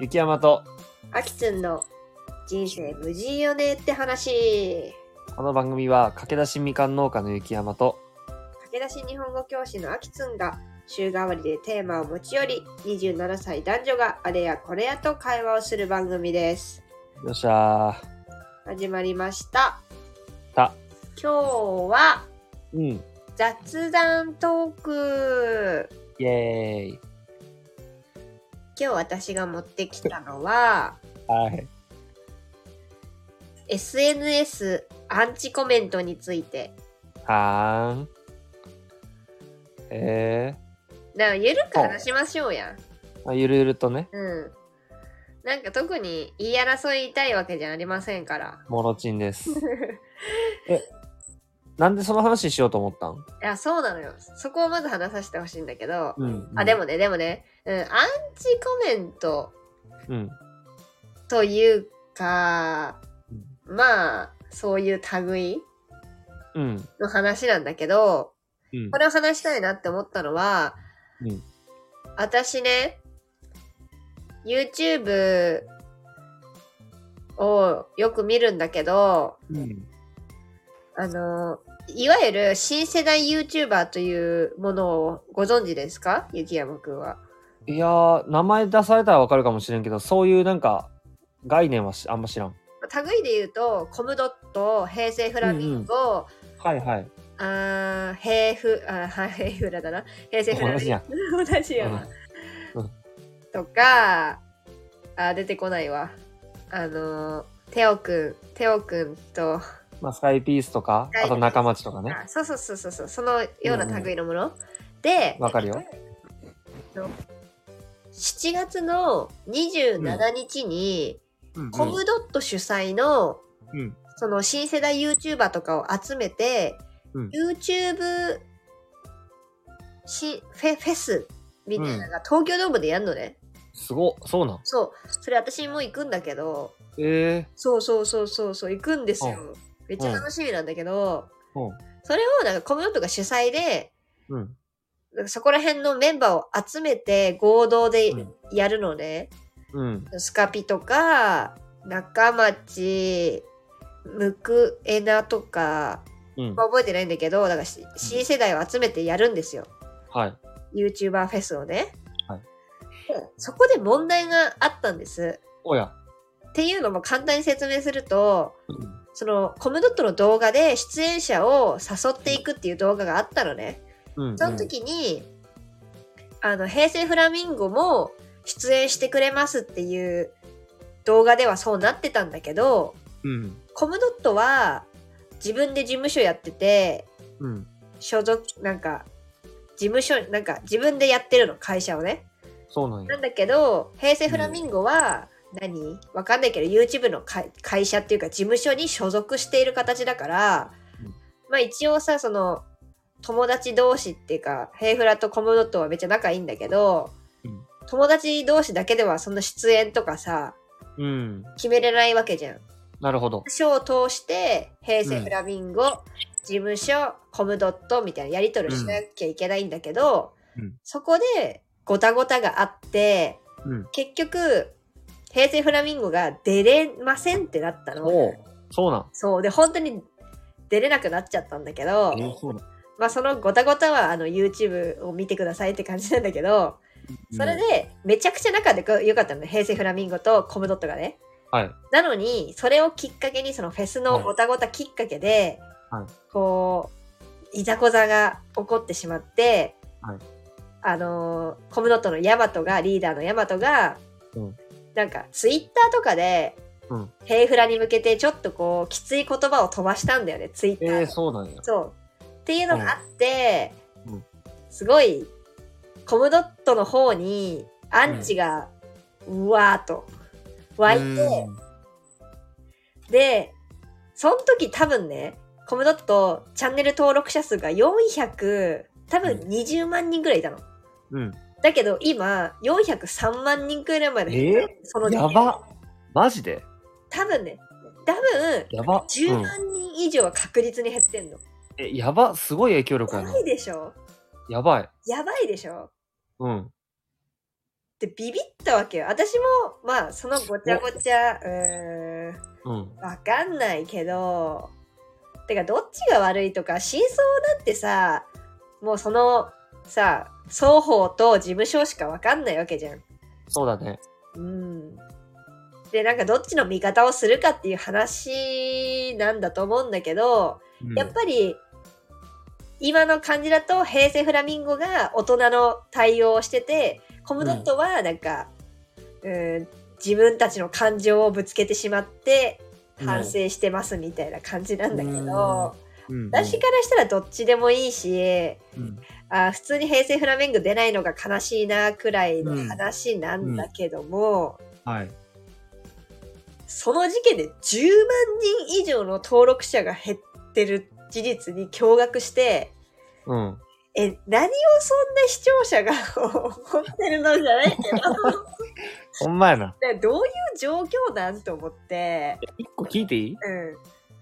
雪山とあきつんの人生無事よねって話。この番組は駆け出しみかん農家の雪山と駆け出し日本語教師のあきつんが週替わりでテーマを持ち寄り、27歳男女があれやこれやと会話をする番組です。よっしゃ始まりました。た今日はーうん雑談トーク。イエーイ今日私が持ってきたのは、はい、 SNS アンチコメントについて。はーんえなゆるく話しましょうやん。ーまあ、ゆるゆるとねうん。なんか特に言い争いたいわけじゃありませんから。もろちんです えなんでその話しようと思ったん、いや、そうなのよ。そこをまず話させてほしいんだけど。うんあ、でもね、でもね、うん、アンチコメントうんというか、うんまあ、そういう類うんの話なんだけど、うんこれを話したいなって思ったのは、うん私ね、YouTube をよく見るんだけど、うんあの、いわゆる新世代 YouTuber というものをご存知ですか雪山くんは。いやー名前出されたらわかるかもしれんけどそういうなんか概念はしあんま知らん類で言うと、コムドット、平成フラミンゴ、はいはいあー平フ、あー、はい、平フラだな。平成フラ同じミンやんゴ。同じやな。うんうんとか、あー、出てこないわ。あのー、テオくん、テオくんと、まあ、スカイピースとかスカイピーあスと仲町とかねあそうそうそうそうそう、そのような類のもの。で、わかるよ7月の27日に、コムドット主催の、うんその新世代 YouTuber とかを集めて、うん YouTube しフェフェスみたいなのが東京ドームでやるのね。すごっそうなんそう。それ私も行くんだけど、ええそうそうそうそうそう、行くんですよう。めっちゃ楽しみなんだけど、うんそれをなんかコムドットが主催で、うんなんかそこら辺のメンバーを集めて合同でうんやるのね。うんスカピとか、中町、ムクエナとか、うんまあ覚えてないんだけど、だからし新世代を集めてやるんですよ。はい YouTuber フェスをね。はいでそこで問題があったんです。おやっていうのも簡単に説明すると、うんそのコムドットの動画で出演者を誘っていくっていう動画があったのね。うんその時に、あの、平成フラミンゴも出演してくれますっていう動画ではそうなってたんだけど、うんコムドットは自分で事務所やってて、うん所属、なんか、事務所、なんか自分でやってるの、会社をね。そうなんなやんだけど、平成フラミンゴは何、わかんないけど、YouTube の会会社っていうか、事務所に所属している形だから、うんまあ一応さ、その、友達同士っていうか、平フラとコムドットはめっちゃ仲いいんだけど、うん友達同士だけではその出演とかさ、うん決めれないわけじゃん。なるほどショーを通して、平成フラミンゴ、事務所、コムドットみたいなやり取りしなきゃいけないんだけど、うんそこでごたごたがあって、うん結局、平成フラミンゴが出れませんってなったおの。うそうなんそう。で、本当に出れなくなっちゃったんだけど、えそうなんまあそのごたごたはあの YouTube を見てくださいって感じなんだけど、それでめちゃくちゃ仲で良かったのね。平成フラミンゴとコムドットがね。はいなのに、それをきっかけに、そのフェスのごたごたきっかけで、はいこう、いざこざが起こってしまって、はいあのーコムドットのヤマトが、リーダーのヤマトが、うんなんか、ツイッターとかで、うんヘイフラに向けて、ちょっとこう、きつい言葉を飛ばしたんだよね、ツイッターえで。ーそうなんやそう。っていうのがあって、うんうんすごい、コムドットの方に、アンチが、うわーっと、湧いて、うんで、その時多分ね、コムドットチャンネル登録者数が400、多分うん20万人くらいいたの。うんだけど今、403万人くらいまで減ったのその時やばマジで多分ね、多分やばう10ん万人以上は確実に減ってんの。えやばすごい影響力ややなばいでしょやばいやばいでしょうんでビビったわけよ私もまあそのごちゃごちゃうーんうん。わかんないけどてかどっちが悪いとか真相なんてさもうそのさ双方と事務所しかわかんないわけじゃん。そうだね。うん、でなんかどっちの味方をするかっていう話なんだと思うんだけどうんやっぱり今の感じだと平成フラミンゴが大人の対応をしててコムドットはなんか、うん、自分たちの感情をぶつけてしまって反省してますみたいな感じなんだけど、うんうん私からしたらどっちでもいいしうんあ普通に平成フラミンゴ出ないのが悲しいなくらいの話なんだけども、はい。その事件で10万人以上の登録者が減ってる事実に驚愕して。うん。え、何をそんな視聴者が 思ってるのじゃないけど、だかほんまやな。らどういう状況なんと思って、一個聞いていいうん、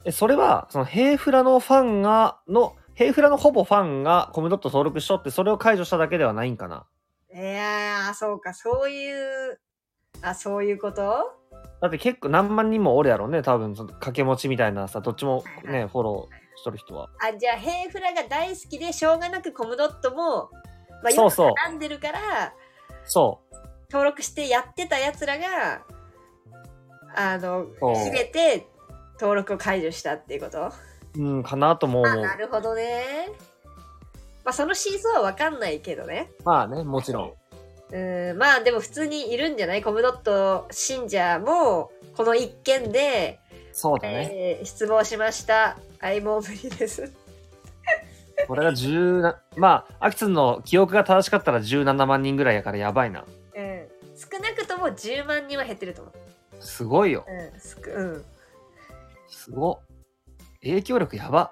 え、それは、その、ヘイフラのファンが、の、ヘイフラのほぼファンがコムドット登録しとって、それを解除しただけではないんかな。いやー、そうか、そういう、あ、そういうことだって結構何万人もおるやろね、多分、その掛け持ちみたいなさ、どっちもね、フォローしとる人は。あ、じゃあ、ヘイフラが大好きで、しょうがなくコムドットも、まあ、そようくそう絡んでるから、そう。登録してやってたやつらが、あの、そう決めて、登録を解除したっていうことうん、かなとも思あ、う。なるほどね。まあ、その真相はわかんないけどね。まあね、もちろん。うーんまあでも普通にいるんじゃないコムドット信者もこの一件で、そうだね。えー失望しましたアイモーブリですこれが10な、まあ、アキツンの記憶が正しかったら17万人ぐらいやからやばいな。うん少なくとも10万人は減ってると思うすごいよ。うんすくうんすごっ。影響力やば。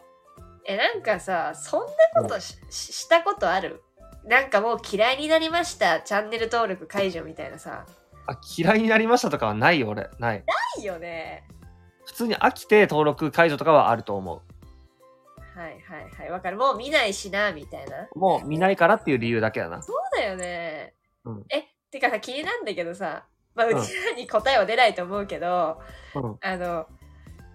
えなんかさそんなことし,し、したことあるなんかもう嫌いになりましたチャンネル登録解除みたいなさあ、嫌いになりましたとかはないよ、俺。ない。ないよね普通に飽きて登録解除とかはあると思はいはいはいわかるもう見ないしなみたいなそうう。もう見ないからっていう理由だけやな。だよね、うんえてかさ気になんだけどさまあううんちらに答えは出ないと思うけど、うん。あの、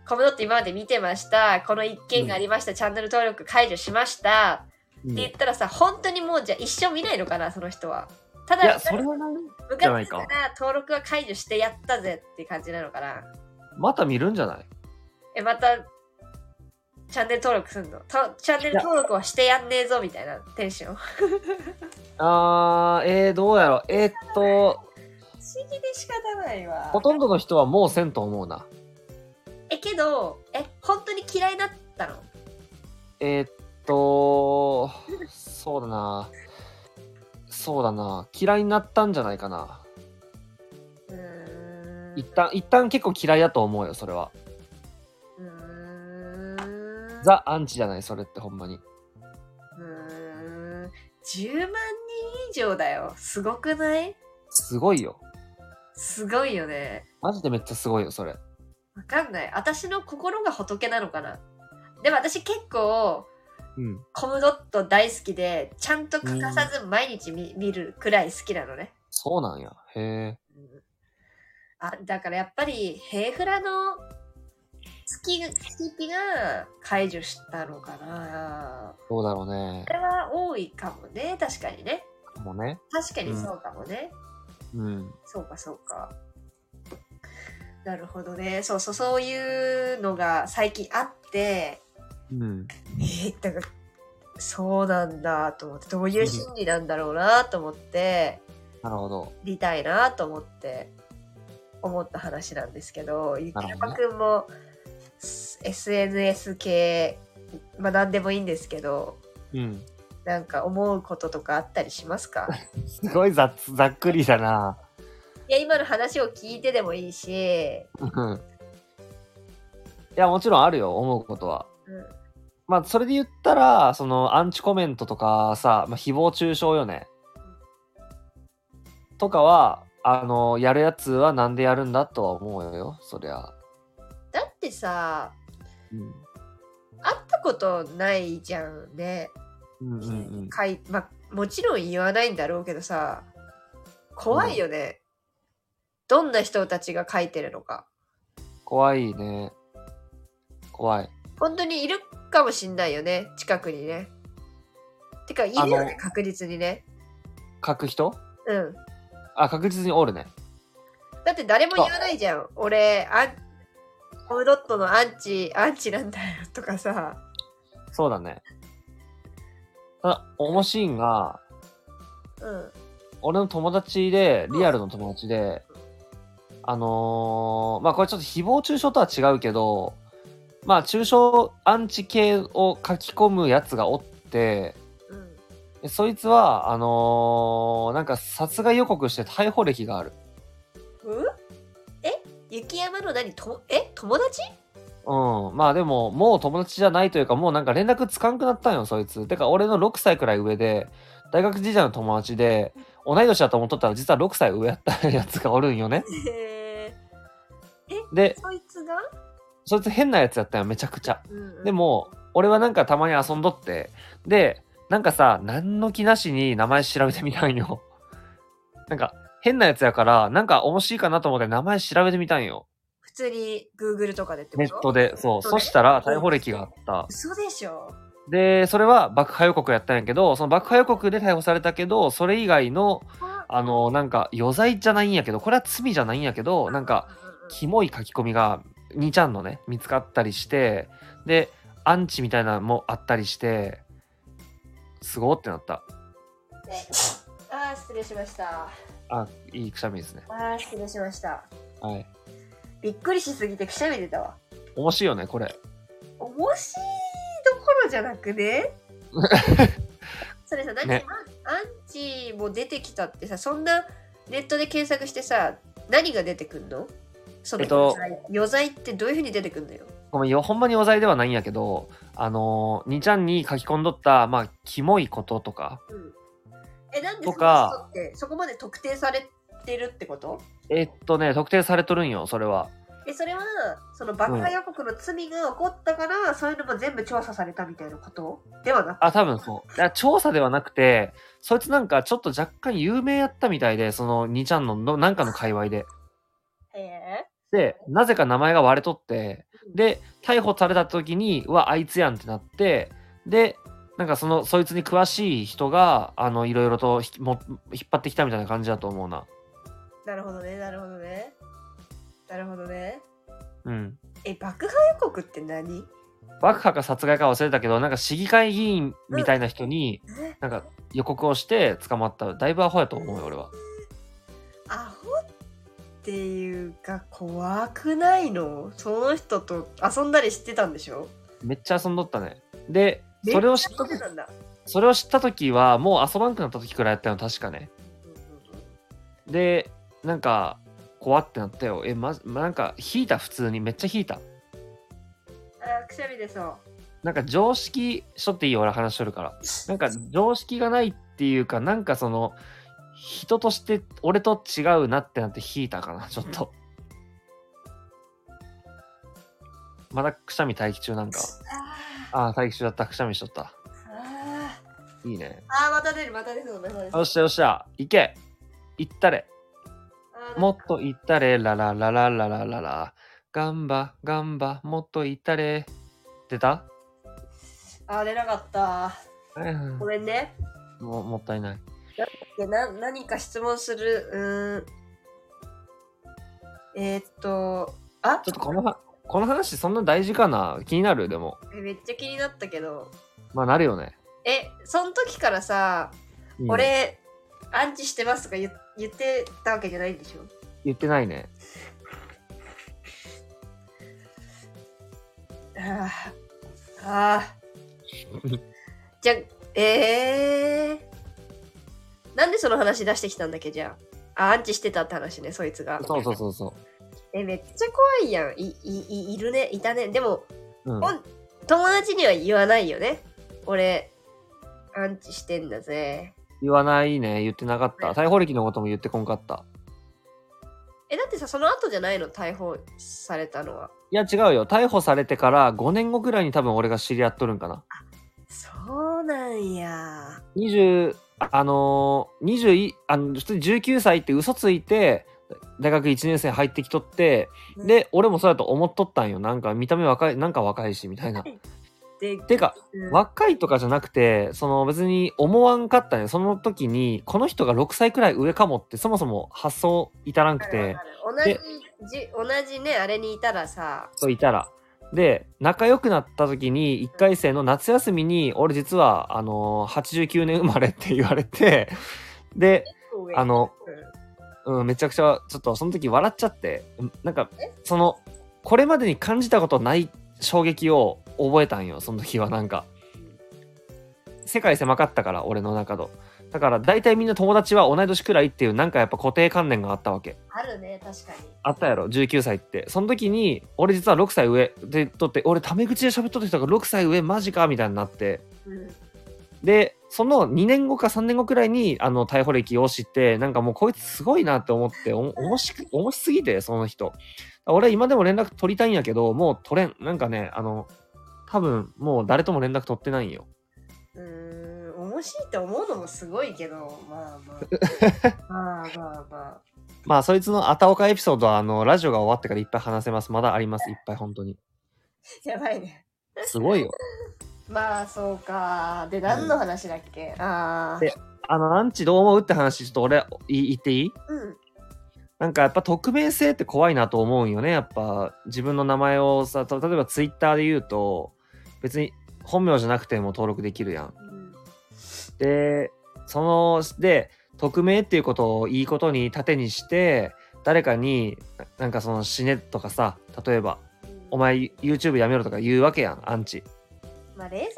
コムドット今まで見てました、この一件がありました、チャンネル登録解除しました、うんって言っいたらさ、本当にもうじゃあ一生見ないのかな、その人は。ただ、や、それはない。部じゃない活かから登録は解除してやったぜって感じなのかな。また見るんじゃないえ、また、チャンネル登録すんのとチャンネル登録はしてやんねえぞみたいなテンション。不あー、えー、どうやろう。えーっと、思議で仕方ないわほとんどの人はもうせんと思うな。え、けど、え、本当に嫌いだったのえーっと、そうだな。そうだな。嫌いになったんじゃないかな。うーん。一旦、一旦結構嫌いだと思うよ、それは。うーん。ザ・アンチじゃない、それってほんまに。うーん10万人以上だよ。すごくないすごいよ。すごいよね。マジでめっちゃすごいよ、それ。わかんない。私の心が仏なのかな。でも私結構、うん。コムドット大好きで、ちゃんと欠かさず毎日見,、見るくらい好きなのね。そうなんや。へえ。うんあだからやっぱり、ヘイフラの好き、好きっぴが解除したのかな。どうだろうねこ。れは多いかもね。確かにね。もうね。確かにそうかもね。うん。そうかそうか。なるほどね。そうそうそういうのが最近あって、うん。えー、だからそうなんだと思って、どういう心理なんだろうなと思って、なるほど。理たいなと思って思った話なんですけど、ゆきほどねらぱくんも S- SNS 系、まあ何でもいいんですけど、うん。なんか思うこととかあったりしますかすごいざっざっくりだな。いや、今の話を聞いてでもいいし、うんいや、もちろんあるよ、思うことは。うんまあ、それで言ったら、その、アンチコメントとかさ、まあ、誹謗中傷よね。とかは、あの、やるやつはなんでやるんだとは思うよ、そりゃ。だってさ、うん。会ったことないじゃんね、うんうんうん。かいまあもちろん言わないんだろうけどさ怖いよね、どんな人たちが書いてるのか怖いね。怖い。本当にいるかもしんないよね近くにねてかいるよあねの確実にね書く人うんあ、確実におるね。だって誰も言わないじゃん俺あオムドットのアンチアンチなんだよとかさそうだね。ただ、面白いんが、うん俺の友達で、リアルの友達で、あのーまあこれちょっと誹謗中傷とは違うけど、まあ中傷アンチ系を書き込むやつがおって、うんでそいつは、あのーなんか殺害予告して逮捕歴がある。うんえ雪山の何とえ友達うん。まあでも、もう友達じゃないというか、もうなんか連絡つかんくなったんよ、そいつ。てか、俺の6歳くらい上で、大学時代の友達で、同い年だと思っとったら、実は6歳上やったやつがおるんよね。へでー、そいつが、そいつ変なやつやったんよ、めちゃくちゃ。うんうんでも、俺はなんかたまに遊んどって、で、なんかさ、何の気なしに名前調べてみたんよ。 なんか、変なやつやから、なんか面白いかなと思って名前調べてみたんよ。普通に Google とかでってことネットで。そう。そうねそしたら、逮捕歴があった。嘘でしょで、それは爆破予告やったんやけど、その爆破予告で逮捕されたけど、それ以外の、あの、なんか、余罪じゃないんやけど、これは罪じゃないんやけど、なんか、キモい書き込みが2ちゃんのね見つかったりしてでアンチみたいなのもあったりしてすごーってなったああ失礼しましたあいいくしゃみですねああ失礼しましたはいびっくりしすぎてくしゃみ出たわ面白いよねこれ面白いどころじゃな くねそれさ何、ねアンチも出てきたってさそんなネットで検索してさ何が出てくんのそのえっと余罪余罪ってどういうふうに出てくんのよごめんよほんまにお罪ではないんやけどあのー、2ちゃんに書き込んどったまあキモいこととかうんえなんでとそのか人ってそこまで特定されてるってことえっとね特定されとるんよそれはえそれはその爆破予告の罪が起こったから、そういうのも全部調査されたみたいなことではなくあ多分そうだから調査ではなくてそいつなんかちょっと若干有名やったみたいでその2ちゃんののなんかの界隈でへえで、なぜか名前が割れとって、で、逮捕された時に、うわ、あいつやんってなって、で、なんかその、そいつに詳しい人が、あの、いろいろとひきも引っ張ってきたみたいな感じだと思うな。なるほどねなるほどねなるほどねうん。え爆破予告って何爆破か殺害か忘れたけど、なんか市議会議員みたいな人に、えなんか予告をして捕まった。だいぶアホやと思うよ、俺は。アホっていうか怖くないのその人と遊んだりしてたんでしょめっちゃ遊んどったね。で、それを知っため時ちゃ、遊んでたんだ、それを知った時は、もう遊ばんくなった時くらいやったの、確かね。うんうんでなんか怖ってなったよえままなんか引いた普通にめっちゃ引いたうん、あくしゃみ出そうなんか常識しとっていいよ俺話しとるからなんか常識がないっていうかなんかその人として俺と違うなってなって引いたかな ちょっとまだくしゃみ待機中なんかあああ待機中だったくしゃみしとったーあーいいねあーまた出るまた出そうまた出そうよっしゃよっしゃ行け行ったれあーもっと行ったれ、ララララララララ。ガンバ、ガンバ、もっと行ったれ。出たあー出なかったうんごめんねももったいない。でな何か質問するうーんえー、っとあちょっとこのはこの話そんな大事かな気になるでも。めっちゃ気になったけどまあなるよね。えその時からさ、うん俺アンチしてますとか言言ってたわけじゃないんでしょ言ってない ね。あーあーじゃえー、なんでその話出してきたんだっけじゃああアンチしてたって話ねそいつがそうそうそうそえめっちゃ怖いやんいいいいるねいたねでもう。うんほ。ん友達には言わないよね俺アンチしてんだぜ言わないね。言ってなかった。逮捕歴のことも言ってこんかった。えだってさその後じゃないの逮捕されたのはいや違うよ。逮捕されてから5年後くらいに多分俺が知り合っとるんかな。そうなんや20、あのー、21あの普通に19歳って嘘ついて大学1年生入ってきとってうんで俺もそうやと思っとったんよなんか見た目若いなんか若いしみたいな。で、てかうん若いとかじゃなくてその別に思わんかったねその時にこの人が6歳くらい上かもってそもそも発想至らんくてわかるわかる同じじ同じねあれにいたらさそういたら。で仲良くなった時に1回生の夏休みに俺実はあのー89年生まれって言われてであの、うん、めちゃくちゃちょっとその時笑っちゃってうんなんかえそのこれまでに感じたことない衝撃を覚えたんよその時はなんか世界狭かったから俺の中のだから大体みんな友達は同い年くらいっていうなんかやっぱ固定観念があったわけあるね確かにあったやろ19歳ってその時に俺実は6歳上でとって俺タメ口で喋っとった人が6歳上マジかみたいになってうんでその2年後か3年後くらいにあの逮捕歴を知ってなんかもうこいつすごいなって思ってお面しく面しすぎてその人俺今でも連絡取りたいんやけどもう取れんなんかねあの多分もう誰とも連絡取ってないんようーん面白いって思うのもすごいけどまあ まあまあまあまあまあそいつのあたおかエピソードはあのラジオが終わってからいっぱい話せますまだありますいっぱい本当にやばいねすごいよまあそうかで何の話だっけ、ああであのアンチどう思うって話ちょっと俺い言っていいうんなんかやっぱ匿名性って怖いなと思うんよね。やっぱ自分の名前をさ、と例えばツイッターで言うと、別に本名じゃなくても登録できるやん。うんで、その、で、匿名っていうことをいいことに盾にして、誰かに、ななんかその死ねとかさ、例えば、お前 YouTube やめろとか言うわけやん、アンチ。まあ冷静に考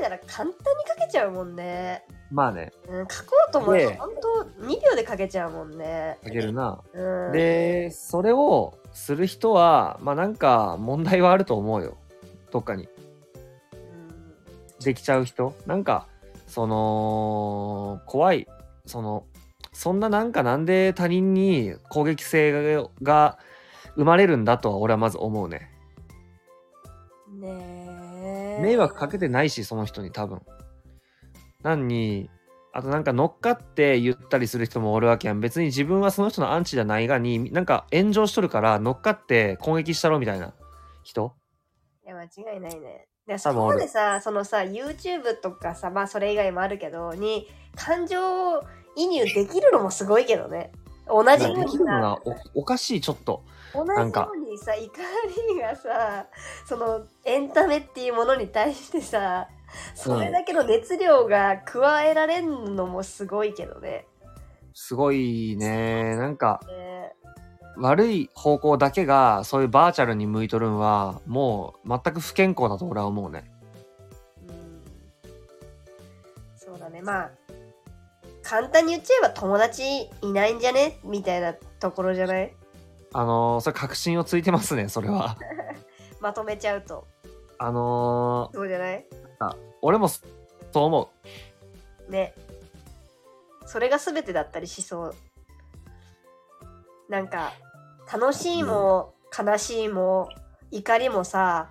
えたら簡単に書けちゃうもんね、まあね、うん、書こうと思えばね本当2秒で書けちゃうもんねあげるな。うんで、それをする人は、まあなんか問題はあると思うよ。どっかに。うんできちゃう人なんかその怖いそのそんななんかなんで他人に攻撃性がが生まれるんだとは俺はまず思うねねえ迷惑かけてないしその人に多分なんにあとなんか乗っかって言ったりする人もおるわけやん別に自分はその人のアンチじゃないがになんか炎上しとるから乗っかって攻撃したろみたいな人いや間違いないね。で多そ分こ俺までさそのさ YouTube とかさまあそれ以外もあるけどに感情移入できるのもすごいけどね。同でじようにきるのさがおおかしいちょっと同なんじかようにさ怒りがさそのエンタメっていうものに対してさそれだけの熱量が加えられるのもすごいけどね。すごいねなんかね悪い方向だけがそういうバーチャルに向いとるんはもう全く不健康だと俺は思うねうんそうだねまあ簡単に言っちゃえば友達いないんじゃねみたいなところじゃないあのー、それ確信をついてますねそれ はまとめちゃうとあのそうじゃないー、俺もそそう思ねそれが全てだったりしそうなんか楽しいも悲しいも怒りもさ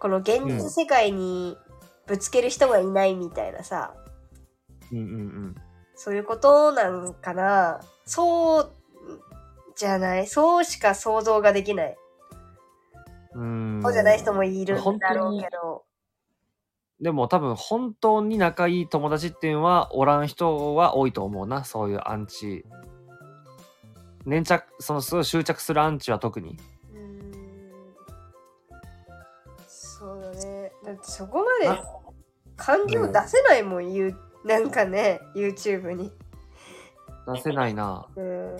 この現実世界にぶつける人がいないみたいなさ、ううんうんうんそういうことなんかな。そうじゃない。そうしか想像ができない。うーんそうじゃない人もいるんだろう本けど。でも多分本当に仲いい友達っていうのはおらん人は多いと思うなそういうアンチ粘着そのすごい執着するアンチは特にうーんそうだね。だってそこまであ感情出せないもん、言うなんかね、YouTube に。出せないなうん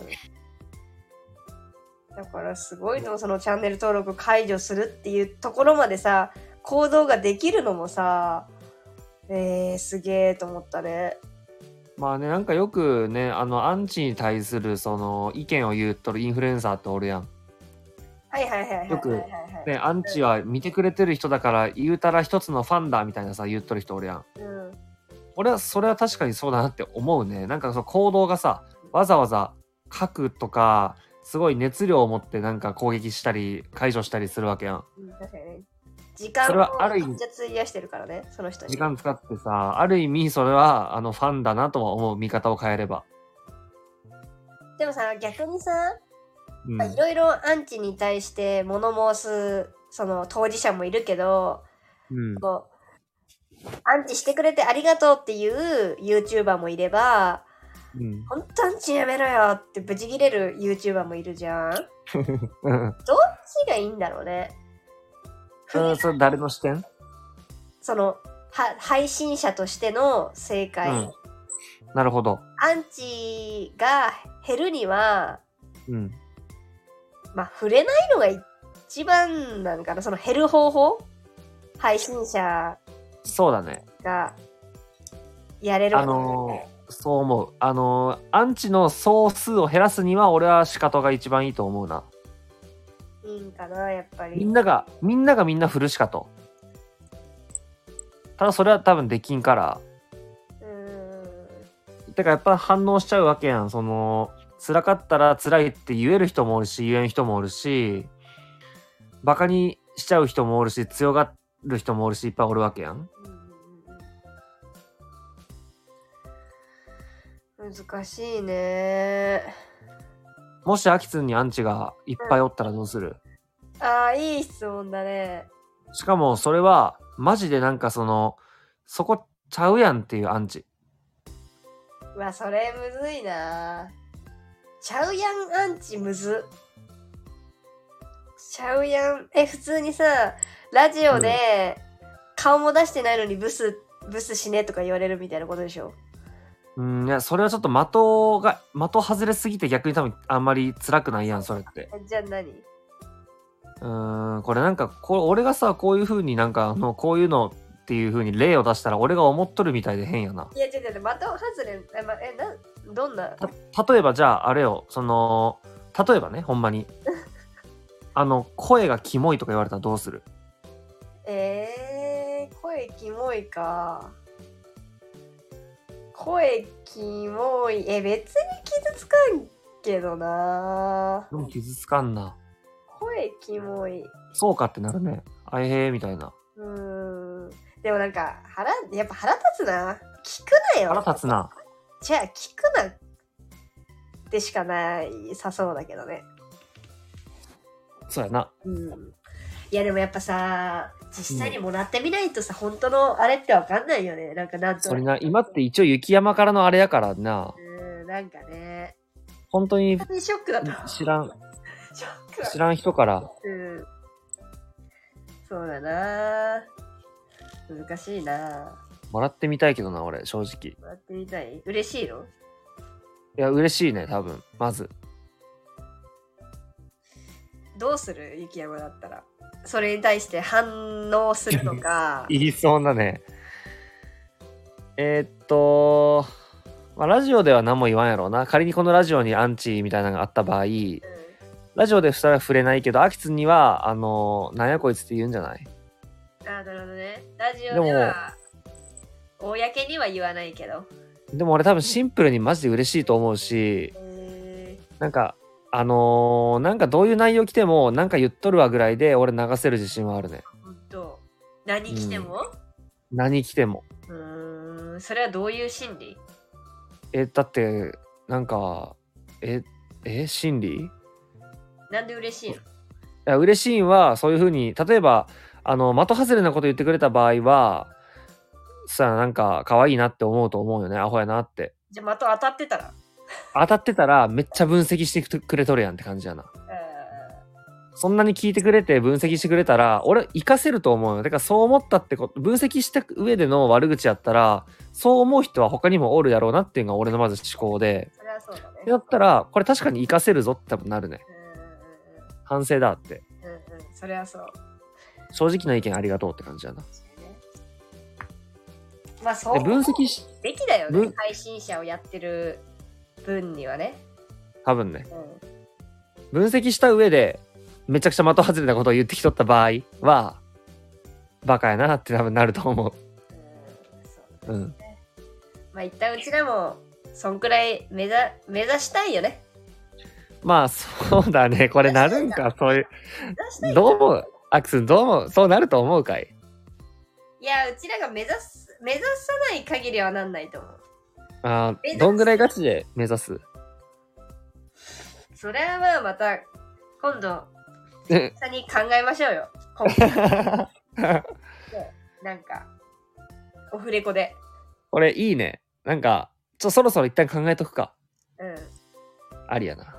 だからすごいの、そのチャンネル登録解除するっていうところまでさ、行動ができるのもさ、えー、すげえと思ったね。まあねなんかよくねあのアンチに対するその意見を言っとるインフルエンサーっておるやんはいはいはいはいはいはいはい。よくね、アンチは見てくれてる人だから言うたら一つのファンだみたいなさ言っとる人おるやんうん俺はそれは確かにそうだなって思うねなんかその行動がさわざわざ書くとかすごい熱量を持ってなんか攻撃したり解除したりするわけやんうん、確かにね。時間それはある意味めっちゃ費やしてるからね、その人に。時間使ってさ、ある意味それはあのファンだなとは思う見方を変えれば。でもさ、逆にさ、うんまあいろいろアンチに対して物申す、その当事者もいるけど、うんこうアンチしてくれてありがとうっていう YouTuber もいれば、うんほんとアンチやめろよってブチギレる YouTuber もいるじゃん。どっうんちがいいんだろうね。それそれ誰の視点 その、は配信者としての正解。うんなるほど。アンチが減るには、うん。まあ、触れないのが一番なのかな、その減る方法配信者そうだね。がやれるあのーそう思う。あのーアンチの総数を減らすには俺は仕方が一番いいと思うな。いいんかな、やっぱり。みんなが、みんながみんな振るしかと。ただそれは多分できんから。うーんてかやっぱ反応しちゃうわけやんその辛かったら辛いって言える人もおるし言えん人もおるしバカにしちゃう人もおるし強がる人もおるしいっぱいおるわけやんうん難しいねもしアキツンにアンチがいっぱいおったらどうするああいい質問だねしかもそれはマジでなんかそのそこちゃうやんっていうアンチうわそれむずいなちゃうやんアンチむずちゃうやんえ普通にさラジオで顔も出してないのにブスブスしねとか言われるみたいなことでしょうんいやそれはちょっと的が的外れすぎて逆に多分あんまり辛くないやんそれってえじゃあ何うーんこれなんかこ俺がさこういうふうになんかあのこういうのっていうふうに例を出したら俺が思っとるみたいで変やないや違う違う的外れえ,、ま、えなどんなた例えばじゃああれよその例えばねほんまにあの声がキモいとか言われたらどうするえー、声キモいか。声キモい。え、別に傷つかんけどな。でも傷つかんな声キモい。そうかってなるねあえへえみたいなうーん。でもなんか、腹、やっぱ腹立つな。聞くなよ。腹立つなじゃあ、聞くな。でしかないさそうだけどね。そうやなうん。いや、でもやっぱさ、実際にもらってみないとさ、本当のあれってわかんないよね。なんか、なんとそなれく。な今って一応雪山からのあれやからなうん、なんかね。本当に本当にショックだった。知らんショックだっ知た。らん人からうん。そうだな難しいなもらってみたいけどな俺正直いもらってみたい嬉しいのや嬉しいね多分まず。どうする雪山だったら。それに対して反応するのか 言いそうなね。えーっと、まあ、ラジオでは何も言わんやろうな。仮にこのラジオにアンチみたいなのがあった場合、うラジオでしたら触れないけど、アキツには、あの、なんやこいつって言うんじゃないん、あーなるほどね。ラジオでは、公には言わないけど。でも俺多分シンプルにマジで嬉しいと思うし、えなんか、あのーなんかどういう内容来ても、なんか言っとるわぐらいで、俺流せる自信はあるね。ー、ほんと。何来ても、何来ても。うーん、それはどういう心理え、だって、なんか、え、え、心理なんで嬉しいのいや嬉しいんはそういうふうに例えばあの的外れなこと言ってくれた場合はさあなんか可愛いなって思うと思うよねアホやなってじゃあ、的当たってたら。当たってたらめっちゃ分析してくれとるやんって感じやなうそんなに聞いてくれて分析してくれたら俺活かせると思うよだからそう思ったってこと分析した上での悪口やったらそう思う人は他にもおるやろうなっていうのが俺のまず思考でん、それはそうだね。やったらこれ確かに活かせるぞって多分なるねう反省だってんうんうんうんうん、それはそう。正直な意見ありがとうって感じやなまあそうで分析しべきだよね分。配信者をやってる分にはね。多分ねうん、分析した上でめちゃくちゃ的外れなことを言ってきとった場合はバカやなって多分なると思そう。ううん。まあ一旦うちらもそんくらい目指目指したいよね。まあそうだね。これなるんか、そういう。目指したいよどう思うアクスンどうもそうなると思うかいいや、うちらが目指す、目指さない限りはなんないと思う。あ目指ーすどんぐらいガチで目指す それはまあまた、今度、うん下に考えましょうよ。今 後なんか、オフレコで。これいいねなんかちょそろそろ一旦考えとくかうん。ありやな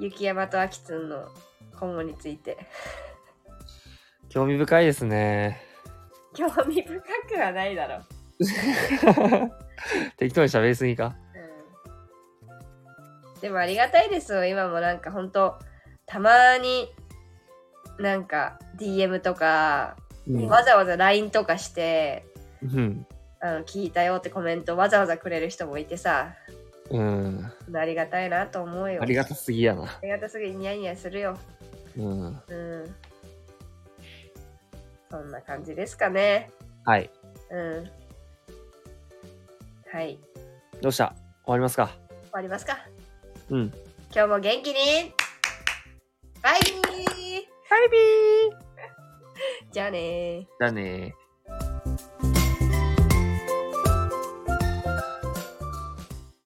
雪山とあきつんの今後について。 興味深いですね 興味深くはないだろう。適当に喋りすぎかうんでもありがたいですよ今もなんかほんとたまになんか DM とか、うんわざわざ LINE とかしてうん、あの聞いたよってコメントわざわざくれる人もいてさうん、ありがたいなと思うよありがたすぎやなありがたすぎニヤニヤするようんうんそんな感じですかねはいうんはいどうした終わりますか終わりますかうん今日も元気にバイビーバイビーじゃあねーだねー